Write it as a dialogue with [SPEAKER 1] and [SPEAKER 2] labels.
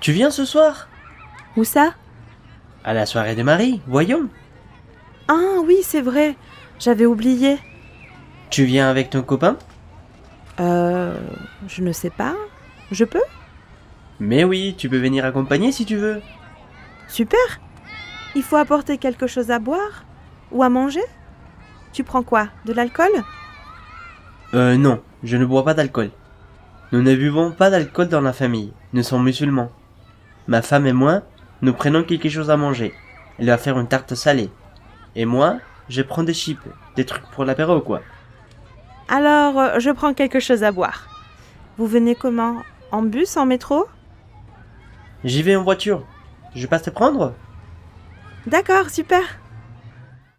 [SPEAKER 1] Tu viens ce soir
[SPEAKER 2] Où ça
[SPEAKER 1] À la soirée de Marie, voyons.
[SPEAKER 2] Ah oui, c'est vrai. J'avais oublié.
[SPEAKER 1] Tu viens avec ton copain
[SPEAKER 2] Euh. Je ne sais pas. Je peux
[SPEAKER 1] Mais oui, tu peux venir accompagner si tu veux.
[SPEAKER 2] Super Il faut apporter quelque chose à boire Ou à manger Tu prends quoi De l'alcool
[SPEAKER 1] Euh non, je ne bois pas d'alcool. Nous ne buvons pas d'alcool dans la famille, nous sommes musulmans. Ma femme et moi, nous prenons quelque chose à manger. Elle va faire une tarte salée. Et moi, je prends des chips, des trucs pour l'apéro quoi.
[SPEAKER 2] Alors, euh, je prends quelque chose à boire. Vous venez comment En bus, en métro
[SPEAKER 1] J'y vais en voiture. Je passe te prendre
[SPEAKER 2] D'accord, super.